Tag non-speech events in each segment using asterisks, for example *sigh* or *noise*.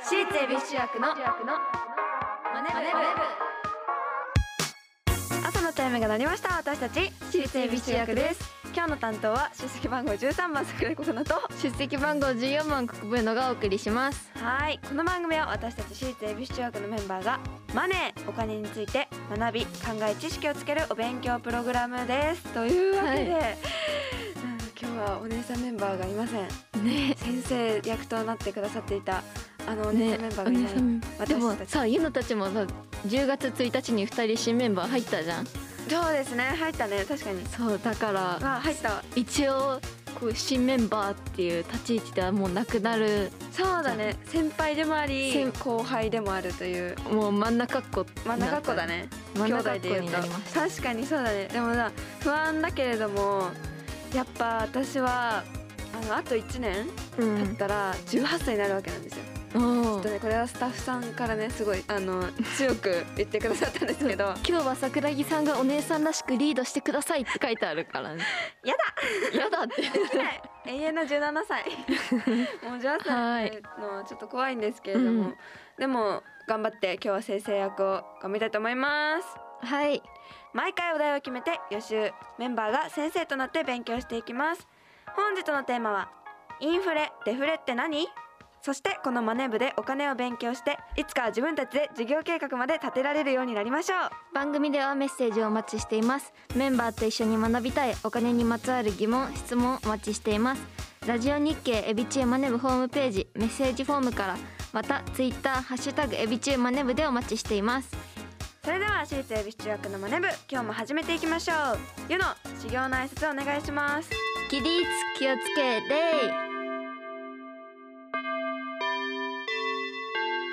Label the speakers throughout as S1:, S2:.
S1: 私立恵比寿中学のマネ
S2: 朝のタイムが鳴りました私たち
S1: 私立恵比寿中学です
S2: 今日の担当は出席番号13番桜井ココナと
S1: 出席番号14番国分野がお送りします
S2: はいこの番組は私たち私立恵比寿中学のメンバーがマネーお金について学び考え知識をつけるお勉強プログラムですというわけで、うん今日はお姉さんメンバーがいません
S1: ね
S2: 先生役となってくださっていたあのお
S1: お
S2: 姉さんメンバーがいない、私たち
S1: でもさゆのたちもさ10月1日に2人新メンバー入ったじゃん
S2: そうですね入ったね確かに
S1: そうだから
S2: あ入った
S1: 一応こう新メンバーっていう立ち位置ではもうなくなる
S2: そうだね先輩でもあり
S1: 先
S2: 後輩でもあるという
S1: もう真ん中っ子
S2: 真ん中っ子だね
S1: 真ん
S2: 兄
S1: 中
S2: 弟
S1: っ
S2: で
S1: 子
S2: 言う
S1: に
S2: と
S1: なりました
S2: 確かにそうだねでもさ不安だけれどもやっぱ私はあのあと1年
S1: う
S2: 経っ
S1: ん
S2: たら18歳になるわけなんですよ、ち
S1: お
S2: ょっと
S1: ー
S2: ねこれはスタッフさんからねすごいあの強く言ってくださったんですけど
S1: 今日は桜木さんがお姉さんらしくリードしてくださいって書いてあるからね
S2: や
S1: だやだ
S2: *laughs*
S1: って
S2: 永遠の17歳 *laughs* もう18歳になるのちょっと怖いんですけれども、
S1: うん
S2: でも頑張って今日は先生役を頑張りたいと思います
S1: はい
S2: 毎回お題を決めて予習メンバーが先生となって勉強していきます本日のテーマはインフレデフレって何そしてこのマネ部でお金を勉強していつかは自分たちで事業計画まで立てられるようになりましょう
S1: 番組ではメッセージをお待ちしていますメンバーと一緒に学びたいお金にまつわる疑問質問をお待ちしていますラジオ日経エビチューマネブホームページメッセージフォームからまたツイッターハッシュタグエビチューマネブでお待ちしています
S2: それでは私立恵比寿中学のマネ部今日も始めていきましょう湯の修行の挨拶をお願いします
S1: 起立気をつけ礼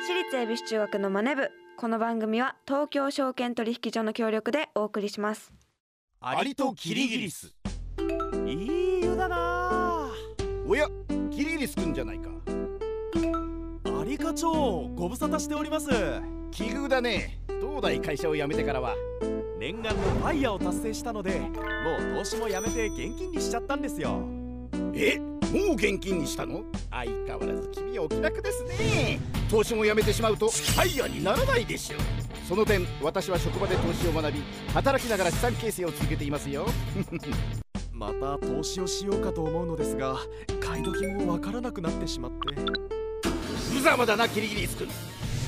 S2: 私立恵比寿中学のマネ部この番組は東京証券取引所の協力でお送りします
S3: アリとキリギリスいい湯だなあ
S4: おやキリギリスくんじゃないか
S3: アリ課長ご無沙汰しております
S4: 奇遇だね東大会社を辞めてからは
S3: 念願のファイヤーを達成したのでもう投資もやめて現金にしちゃったんですよ
S4: えもう現金にしたの相変わらず君はお気楽ですね投資も辞めてしまうとファイヤーにならないでしょうその点私は職場で投資を学び働きながら資産形成を続けていますよ
S3: また投資をしようかと思うのですが買い時もわからなくなってしまって
S4: 無様だなキリギリスくん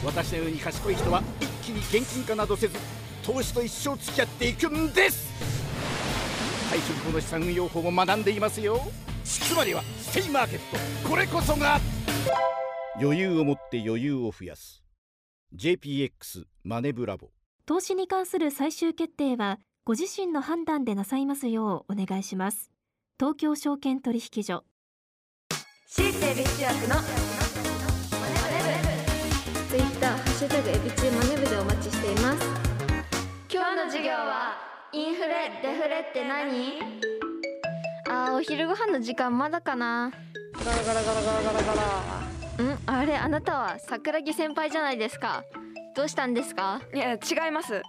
S4: 私のように賢い人は一気に現金化などせず投資と一生付き合っていくんです退職後の資産運用法も学んでいますよつまりはステイマーケットこれこそが余裕を持って余裕を増やす JPX マネブラボ
S5: 投資に関する最終決定はご自身の判断でなさいますようお願いします東京証券取引所
S2: 私立恵比寿中学の
S1: ツイッターハッシュタグエビチューマネブでお待ちしています今日の授業はインフレデフレって何あーお昼ご飯の時間まだかな
S2: ガラガラガラガラガラガラ
S1: んあれあなたは桜木先輩じゃないですかどうしたんですか
S2: いや違います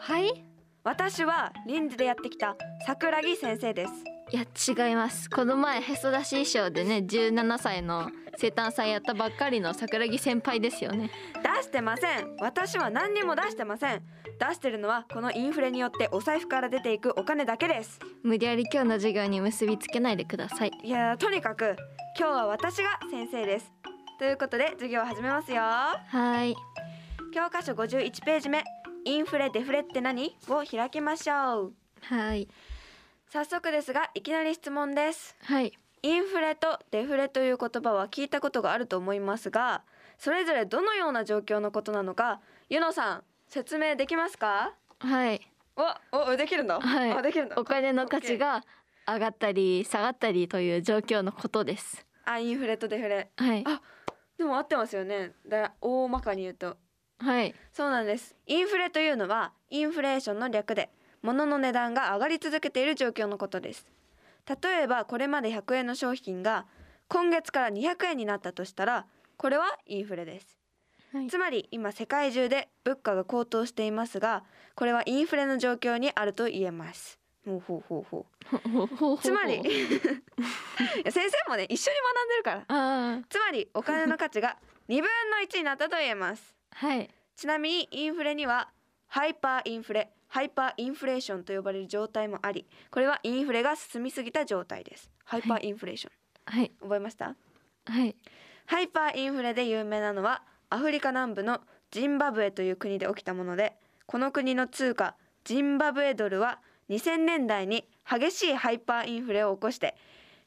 S1: はい
S2: 私は臨時でやってきた桜木先生です
S1: いや違いますこの前へそ出し衣装でね17歳の生誕祭やったばっかりの桜木先輩ですよね
S2: 出してません私は何にも出してません出してるのはこのインフレによってお財布から出ていくお金だけです
S1: 無理やり今日の授業に結びつけないでください
S2: いやとにかく今日は私が先生ですということで授業を始めますよ
S1: はい
S2: 教科書51ページ目インフレデフレって何を開きましょう
S1: はい
S2: 早速ですがいきなり質問です
S1: はい
S2: インフレとデフレという言葉は聞いたことがあると思いますがそれぞれどのような状況のことなのかゆのさん説明できますか
S1: はい
S2: おおできるんだ、
S1: はい
S2: あできるんだ
S1: お金の価値が上がったり下がったりという状況のことです
S2: あインフレとデフレ
S1: はい
S2: あでも合ってますよねだ大まかに言うと
S1: はい
S2: そうなんですインフレというのはインフレーションの略で物の値段が上がり続けている状況のことです例えばこれまで100円の商品が今月から200円になったとしたらこれはインフレです、
S1: はい
S2: つまり今世界中で物価が高騰していますがこれはインフレの状況にあると言えますほうほうほうほうつまり *laughs* いや先生もね一緒に学んでるから
S1: あ
S2: つまりお金の価値が2分の1になったと言えます
S1: はい
S2: ちなみにインフレにはハイパーインフレハイパーインフレーションと呼ばれる状態もありこれはインフレが進みすぎた状態ですハイパーインフレーション、
S1: はい
S2: 覚えました
S1: はい
S2: ハイパーインフレで有名なのはアフリカ南部のジンバブエという国で起きたものでこの国の通貨ジンバブエドルは2000年代に激しいハイパーインフレを起こして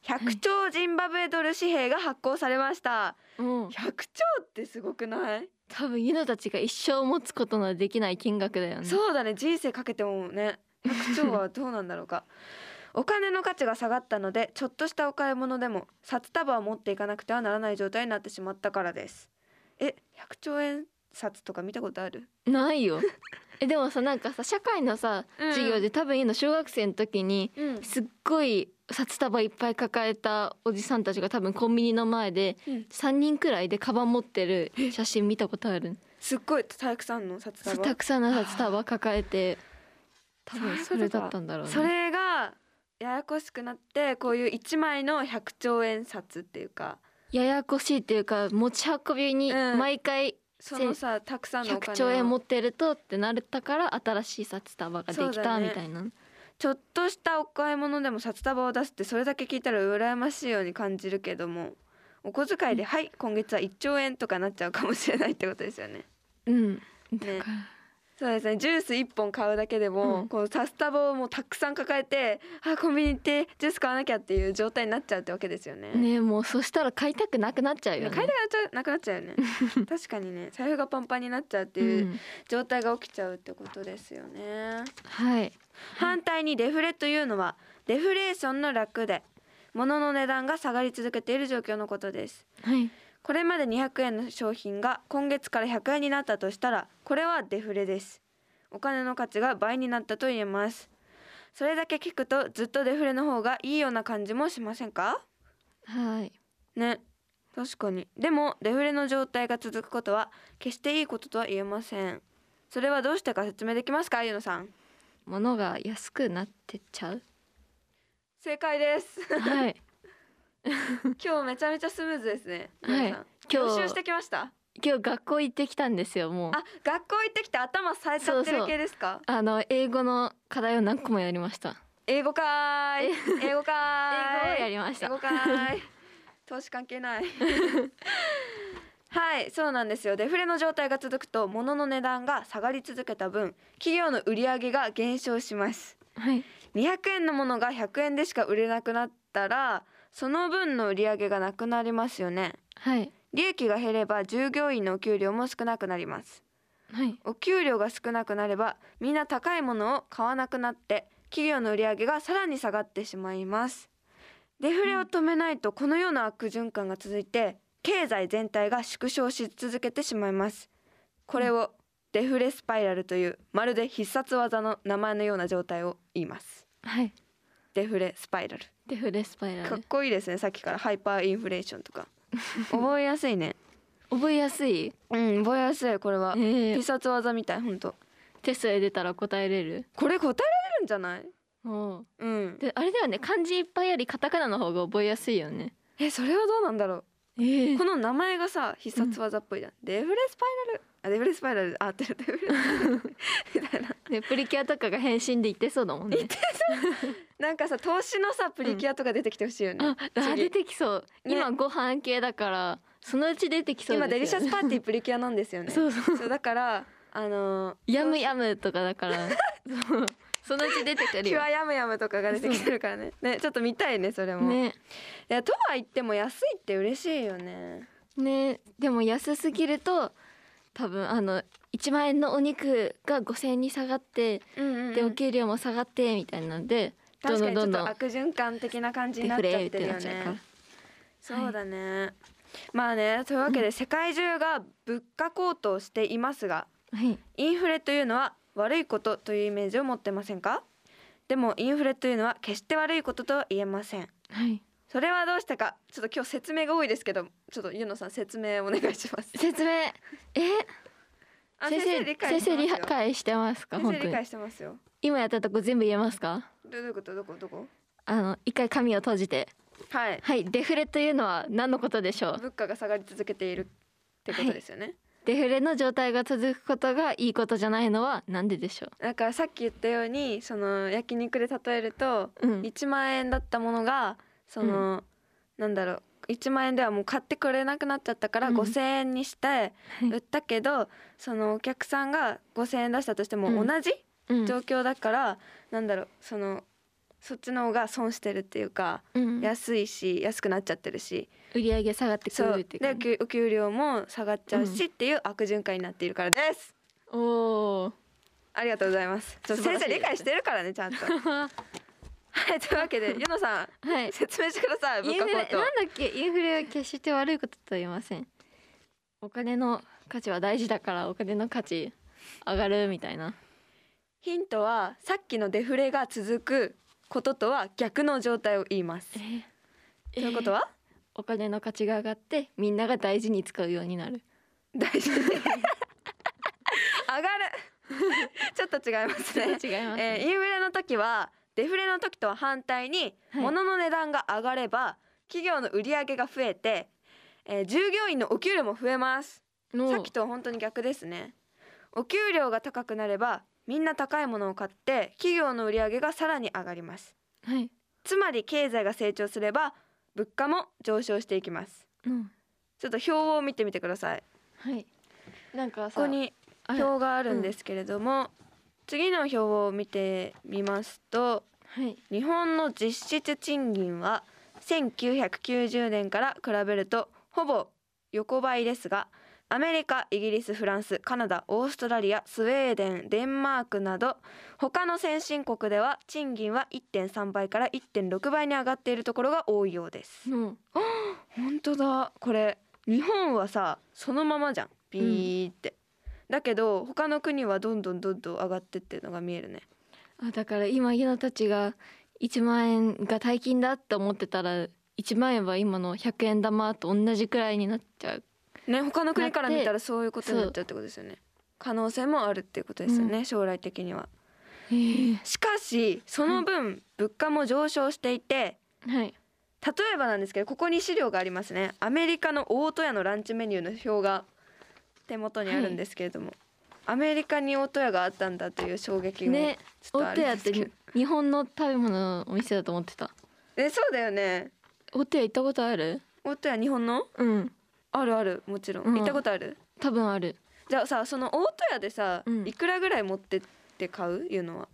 S2: 100兆ジンバブエドル紙幣が発行されました
S1: もう
S2: 100兆ってすごくない
S1: 多分ユノたちが一生持つことのできない金額だよね
S2: そうだね人生かけてもね100兆はどうなんだろうか *laughs* お金の価値が下がったのでちょっとしたお買い物でも札束は持っていかなくてはならない状態になってしまったからですえ100兆円札とか見たことある
S1: な
S2: *laughs*
S1: いよえでもさなんかさ社会のさ
S2: うん
S1: 授業で多分ユノ小学生の時に
S2: うん
S1: すっごい札束いっぱい抱えたおじさんたちが多分コンビニの前で
S2: うん
S1: 3人くらいでカバン持ってる写真見たことある
S2: すっごいたくさんの札
S1: そう
S2: 束
S1: たくさんの札束抱えて多分
S2: そ
S1: そう
S2: いう
S1: れ
S2: ことか
S1: だったんだろうね
S2: それがややこしくなってこういう1枚の100兆円札っていうか
S1: ややこしいっていうか持ち運びに
S2: うん
S1: 毎回
S2: そのさたくさんのお金
S1: 100
S2: を
S1: 兆円持ってるとってなったから新しい札束がで
S2: そう
S1: きた
S2: だね
S1: みたいな、
S2: ちょっとしたお買い物でも札束を出すってそれだけ聞いたら羨ましいように感じるけどもお小遣いで「はい今月は1兆円」とかなっちゃうかもしれないってことですよね。
S1: うんだから、
S2: そうですねジュース1本買うだけでも、
S1: うん
S2: こう札束をもうたくさん抱えてあコンビニ行ってジュース買わなきゃっていう状態になっちゃうってわけですよね。
S1: ねえもうそしたら買いたくなくなっちゃうよね
S2: 買いたくなっちゃうなくなっちゃうよね *laughs* 確かにね財布がパンパンになっちゃうっていううん状態が起きちゃうってことですよね。
S1: はい
S2: 反対にデフレというのはデフレーションの略で物の値段が下がり続けている状況のことです
S1: はい
S2: これまで200円の商品が今月から100円になったとしたらこれはデフレですお金の価値が倍になったと言えますそれだけ聞くとずっとデフレの方がいいような感じもしませんか
S1: はい
S2: ね確かにでもデフレの状態が続くことは決していいこととは言えませんそれはどうしてか説明できますかゆうのさん
S1: 物が安くなってっちゃう
S2: 正解です
S1: はい
S2: 今日めちゃめちゃスムーズですね。
S1: はい
S2: 皆さん。
S1: *laughs* 今
S2: 予習
S1: 日
S2: してきました。
S1: 今日学校行ってきたんですよもう
S2: あ、学校行ってきて頭さえちゃって
S1: そ
S2: る
S1: うそう
S2: 系ですか。
S1: あの英語の課題を何個もやりました
S2: 英語かー
S1: *laughs*
S2: い。英語か
S1: 英語を
S2: ーい。
S1: やりました
S2: 英語かーい。投資関係ない。 *laughs* はい、そうなんですよ。デフレの状態が続くと物の値段が下がり続けた分、企業の売り上げが減少します。
S1: はい
S2: 200円のものが100円でしか売れなくなったら、その分の売り上げがなくなりますよね。
S1: はい
S2: 利益が減れば従業員のお給料も少なくなります
S1: はい
S2: お給料が少なくなればみんな高いものを買わなくなって企業の売り上げがさらに下がってしまいますデフレを止めないとこのような悪循環が続いて経済全体が縮小し続けてしまいますこれをデフレスパイラルというまるで必殺技の名前のような状態を言います
S1: はい
S2: デフレスパイラル
S1: デフレスパイラ
S2: かっ
S1: ル
S2: こいいですねさっきからハイパーインフレーションとか覚えやすいね
S1: 覚えやすい
S2: うん覚えやすいこれは
S1: ええ
S2: 必殺技みたい本当
S1: テストで出たら答えれる
S2: これ答えられるんじゃない
S1: おう
S2: うん
S1: であれだよね漢字いっぱいよりカタカナの方が覚えやすいよね
S2: えそれはどうなんだろ
S1: え
S2: うこの名前がさ必殺技っぽいじゃん、デフレスパイラルあデフレスパイラルあ合ってるデフレスパイラル
S1: *laughs*
S2: みたいな
S1: ねプリキュアとかが変身で言ってそうだもんね
S2: なんかさ投資のさプリキュアとか出てきてほしいよね、
S1: ああ
S2: 次
S1: 出てきそう、
S2: ね
S1: 今ご飯系だからそのうち出てきそうですよ
S2: 今デリシャスパーティープリキュアなんですよね
S1: そうそう
S2: そうだからあのー
S1: やむやむとかだから *laughs* そうそのうち出てくる
S2: キ
S1: よ
S2: ュアヤムヤムとかが出てきてるからねねちょっと見たいねそれも、
S1: ね
S2: いやとは言っても安いって嬉しいよね
S1: ねでも安すぎると多分あの1万円のお肉が5,000円に下がって
S2: うんうん、
S1: でお給料も下がってみたいなので、
S2: 確かに
S1: どん
S2: ち
S1: ど
S2: ょ
S1: ん
S2: っ
S1: どん
S2: と
S1: どん
S2: 悪循環的な感じに
S1: デ
S2: なっ
S1: フ
S2: ちゃ
S1: レ
S2: っ
S1: って
S2: る
S1: て
S2: よ
S1: なっちゃうから
S2: ね。そうだね、まあねというわけで世界中が物価高騰していますが
S1: はい、
S2: インフレというのは悪いことというイメージを持ってませんかでもインフレというのは決して悪いこととは言えません
S1: はい、
S2: それはどうしたかちょっと今日説明が多いですけどちょっとゆのさん説明お願いし
S1: *laughs*
S2: ます
S1: 説明え
S2: あ
S1: 先生先生理解してますか
S2: 先
S1: 本
S2: 生
S1: 当
S2: 理
S1: に
S2: 解してますよ
S1: 今やったとこ全部言えますか
S2: どういうことどこどこ
S1: あの一回紙を閉じて
S2: はい
S1: はいデフレというのは何のことでしょう
S2: 物価が下がり続けているってことですよね、
S1: デフレの状態が続くことがいいことじゃないのはなんででしょ
S2: だからさっき言ったようにその焼肉で例えると
S1: う、うん、
S2: 1万円だったものがその、なんだろう1万円ではもう買ってくれなくなっちゃったから
S1: うん
S2: 5,000円にして
S1: い
S2: 売ったけど、そのお客さんが5,000円出したとしても
S1: うん
S2: 同じ
S1: うん
S2: 状況だから、なんだろうそのそっちの方が損してるっていうか、
S1: うん
S2: 安いし安くなっちゃってるし
S1: 売り上げ下がってく
S2: そう
S1: るっ
S2: で
S1: ていう
S2: お
S1: かね
S2: 給お給料も下がっちゃうしっていう悪循環になっているからです。
S1: おー
S2: ありがとうございます。ちょ
S1: 素晴ら
S2: 先
S1: しい
S2: 生理解
S1: ですね
S2: してるからねち
S1: *laughs*
S2: ゃんと。
S1: は
S2: はいというわけでユノさん *laughs*
S1: い
S2: 説明してください
S1: イ
S2: 物
S1: ンフ
S2: 価
S1: レなん
S2: 高
S1: だ
S2: 騰。
S1: っけインフレは決して悪いこととは言いませんお金の価値は大事だからお金の価値上がるみたいな
S2: ヒントはさっきのデフレが続くこととは逆の状態を言います。
S1: えー
S2: ということは
S1: お金の価値が上がってみんなが大事に使うよう
S2: *laughs*
S1: になる
S2: 大事上がる
S1: *laughs*
S2: ちょっと違います
S1: それは
S2: ね。
S1: 違います
S2: えーイ
S1: ね、
S2: ンフレの時はデフレの時とは反対に、
S1: はい
S2: 物の値段が上がれば企業の売り上げが増えて、えー従業員のお給料も増えます
S1: の
S2: さっきとは本当に逆ですねお給料が高くなればみんな高いものを買って企業の売り上げがさらに上がります
S1: はい、
S2: つまり経済が成長すれば物価も上昇していきます
S1: うん、
S2: ちょっと表を見てみてください
S1: はいなんかさ
S2: ここに
S1: あれ
S2: 表があるんですけれども、次の表を見てみますと
S1: はい
S2: 日本の実質賃金は1990年から比べるとほぼ横ばいですがアメリカイギリスフランスカナダオーストラリアスウェーデンデンマークなど他の先進国では賃金は1.3倍から1.6倍に上がっているところが多いようです。
S1: の
S2: 本当だこれ日本はさそのままじゃんビーって、だけど他の国はどんどんどんどん上がってってるのが見えるね。
S1: あだから今ユナたちが1万円が大金だって思ってたら1万円は今の100円玉と同じくらいになっちゃう
S2: ね他の国から
S1: なって
S2: 見たらそういうことになっちゃうってことですよね可能性もあるっていうことですよね、将来的にはしかしその分物価も上昇していて
S1: はい
S2: 例えばなんですけどここに資料がありますねアメリカの大戸屋のランチメニューの表が手元にあるんですけれども、アメリカに大戸屋があったんだという衝撃もちょ
S1: ね
S2: っと
S1: 大
S2: あ
S1: 手
S2: る
S1: 屋
S2: んで
S1: っ
S2: すけど、
S1: て日本の食べ物のお店だと思ってた
S2: えそうだよね
S1: 大手屋行ったことある
S2: 大戸屋日本の
S1: うん
S2: あるあるもちろん、
S1: うん
S2: 行ったことある
S1: 多分ある
S2: じゃあさその大戸屋でさ、
S1: うん
S2: いくらぐらい持ってって買ういうのは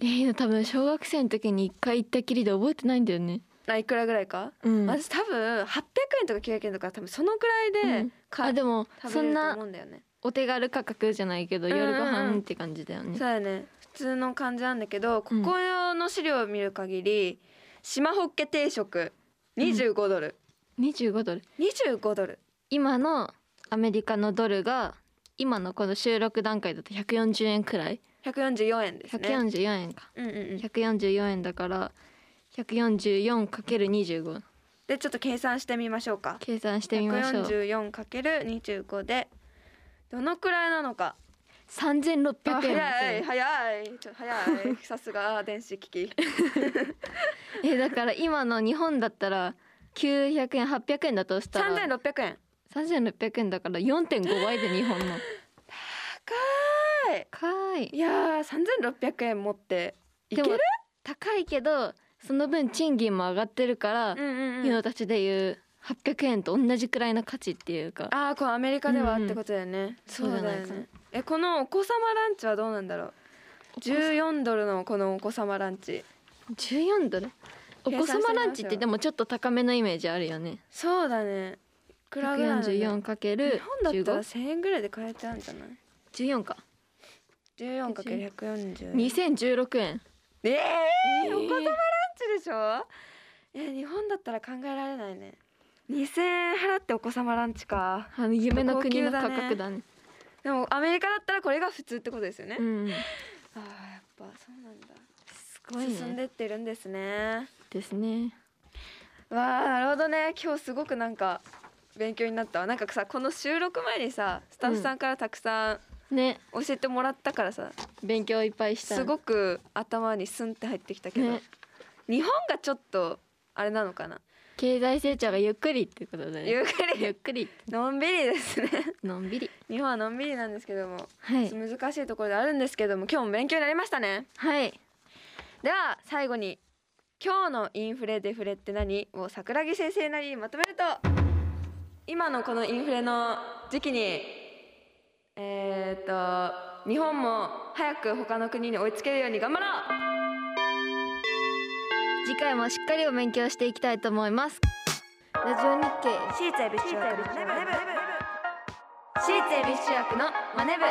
S1: えー、多分小学生の時に一回行ったきりで覚えてないんだよね
S2: あいくらぐらいか、
S1: うん
S2: 私多分800円とか900円とか多分そのくらいでか、
S1: あでも
S2: 食
S1: そ
S2: べれ
S1: ん
S2: ると
S1: な
S2: 思うんだよね
S1: お手軽価格じゃないけど夜ご
S2: うんうんう
S1: 飯
S2: ん
S1: って感じだよね
S2: そうだよね普通の感じなんだけどここの資料を見る限り島ホッケ定食25ドル、
S1: 25ドル
S2: 25ドル
S1: 今のアメリカのドルが今のこの収録段階だと140円くらい
S2: 144円ですね
S1: 144円か
S2: うんうんうん、
S1: 144円だから144かける25
S2: でちょっと計算してみましょうか
S1: 計算してみましょう
S2: 144×25 でどのくらいなのか
S1: 3600
S2: あ
S1: 円
S2: 早い
S1: です
S2: 早
S1: よ
S2: いちょ早
S1: *laughs*
S2: いさすが電子機器
S1: えだから今の日本だったら900円800円だとしたら
S2: 3600円
S1: 3600円だから4.5倍で日本の
S2: 高い
S1: かーい
S2: いやー3600円持っていけ
S1: でも
S2: る
S1: 高いけどその分賃金も上がってるから、
S2: うんうん
S1: ユ
S2: う
S1: ノ
S2: ん、
S1: たちでいう800円と同じくらいの価値っていうか
S2: ああこれアメリカでは
S1: うんうん
S2: ってことだよね、そう
S1: そうじゃ
S2: だ
S1: な
S2: よ
S1: いかな
S2: ねえこのお子様ランチはどうなんだろう14ドルのこのお子様ランチ
S1: 14ドルお子様ランチってでもちょっと高めのイメージあるよね
S2: そうだねいくらぐらいなんだろう
S1: 144×15
S2: 日本だったら1000円ぐらいで買えちゃうんじゃない
S1: 14か
S2: 14×140
S1: 2016円
S2: えー、
S1: えー
S2: お子様ランチでしょえ日本だったら考えられないね2000円払ってお子様ランチか
S1: あの夢の国
S2: 高級
S1: の
S2: だ
S1: 価
S2: ね
S1: 格だね
S2: でもアメリカだったらこれが普通ってことですよね、
S1: うん
S2: ああやっぱそうなんだ
S1: すごい
S2: 進ん
S1: ね
S2: でってるんですね
S1: ですね
S2: わあなるほどね今日すごくなんか勉強になったわなんかさこの収録前にさスタッフさんからたくさん
S1: ね
S2: 教えてもらったからさ、
S1: 勉強いっぱいした
S2: すごく頭にスンって入ってきたけど、
S1: ね
S2: 日本がちょっとあれなのかな
S1: 経済成長がゆっくりってことだね
S2: ゆっく
S1: ゆ
S2: り
S1: っくり
S2: のんびりですね
S1: のんびり
S2: 日本はのんびりなんですけども
S1: はい
S2: 難しいところであるんですけども今日も勉強になりましたね
S1: はい
S2: では最後に今日のインフレデフレって何を桜木先生なりにまとめると今のこのインフレの時期にえー、っと日本も早く他の国に追いつけるように頑張ろう
S1: 次回もしっかりお勉強していきたいと思いますラジオ日経
S2: 私立恵比寿中学のマネブ私立恵比寿中学のマネブ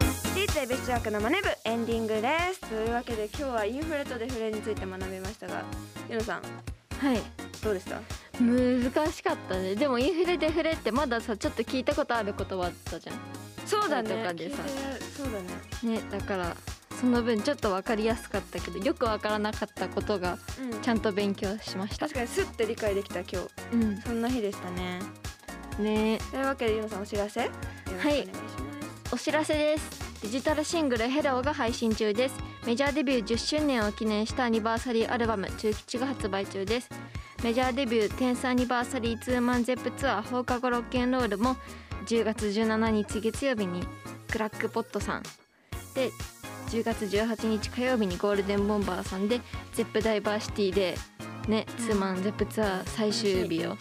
S2: 私立恵比寿中学のマネブエンディングですというわけで今日はインフレとデフレについて学びましたがゆのさん
S1: はい
S2: どうでした
S1: 難しかったねでもインフレデフレってまださちょっと聞いたことある言葉だったじゃ
S2: そう
S1: だね
S2: とかでさ
S1: 聞
S2: そうだね
S1: んねだからその分ちょっと分かりやすかったけどよく分からなかったことが
S2: うん
S1: ちゃんと勉強しました
S2: 確かにスッて理解できた今日
S1: うん
S2: そんな日でしたね
S1: ね
S2: というわけでゆのさんお知らせよろしくお願いします
S1: お知らせですデジタルシングル「ヘローが配信中ですメジャーデビュー10周年を記念したアニバーサリーアルバム「中吉」が発売中ですメジャーデビュー「天才アニバーサリーツーマンゼップツアー放課後ロッケンロール」も10月17日月曜日にクラックポットさんで10月18日火曜日にゴールデンボンバーさんでゼップダイバーシティでね、ツーマンゼップツアー最終日を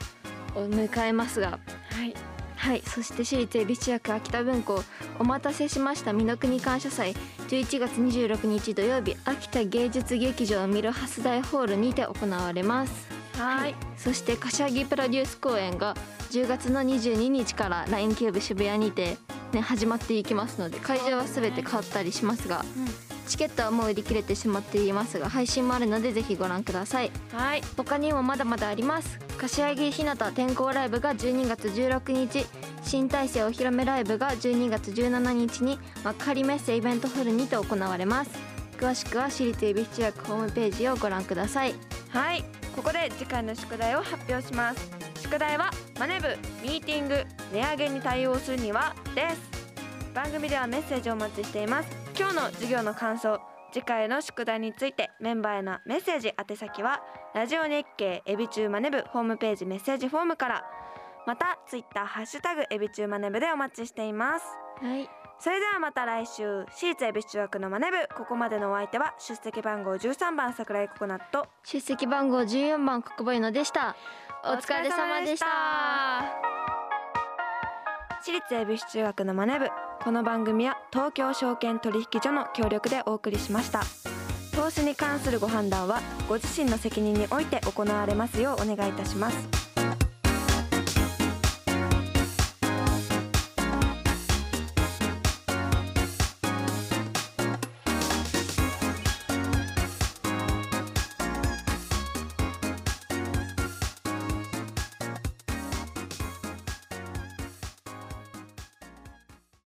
S1: を迎えますが
S2: はい
S1: はい、そして私立恵比寿中学秋田文庫お待たせしました美濃国感謝祭11月26日土曜日秋田芸術劇場ミルハス大ホールにて行われます
S2: はい
S1: そして柏木プロデュース公演が10月の22日から LINE キューブ渋谷にて、ね、始まっていきますので会場は全て変わったりしますが、
S2: うん
S1: チケットはもう売り切れてしまっていますが配信もあるのでぜひご覧ください
S2: はい
S1: 他にもまだまだあります柏木ひなた転校ライブが12月16日新体制お披露目ライブが12月17日に幕張メッセイベントホールにて行われます詳しくは私立恵比寿中学ホームページをご覧ください
S2: はい、ここで次回の宿題を発表します。宿題はマネ部ミーティング値上げに対応するにはです。番組ではメッセージをお待ちしています。今日の授業の感想、次回の宿題についてメンバーへのメッセージ宛先はラジオ日経エビチューマネ部ホームページメッセージフォームから。またツイッターハッシュタグエビチューマネ部でお待ちしています。
S1: はい
S2: それではまた来週私立恵比寿中学のマネ部ここまでのお相手は出席番号13番桜井ココナット
S1: 出席番号14番国母ゆのでしたお疲れ様でした
S2: 私立恵比寿中学のマネ部この番組は東京証券取引所の協力でお送りしました投資に関するご判断はご自身の責任において行われますようお願いいたします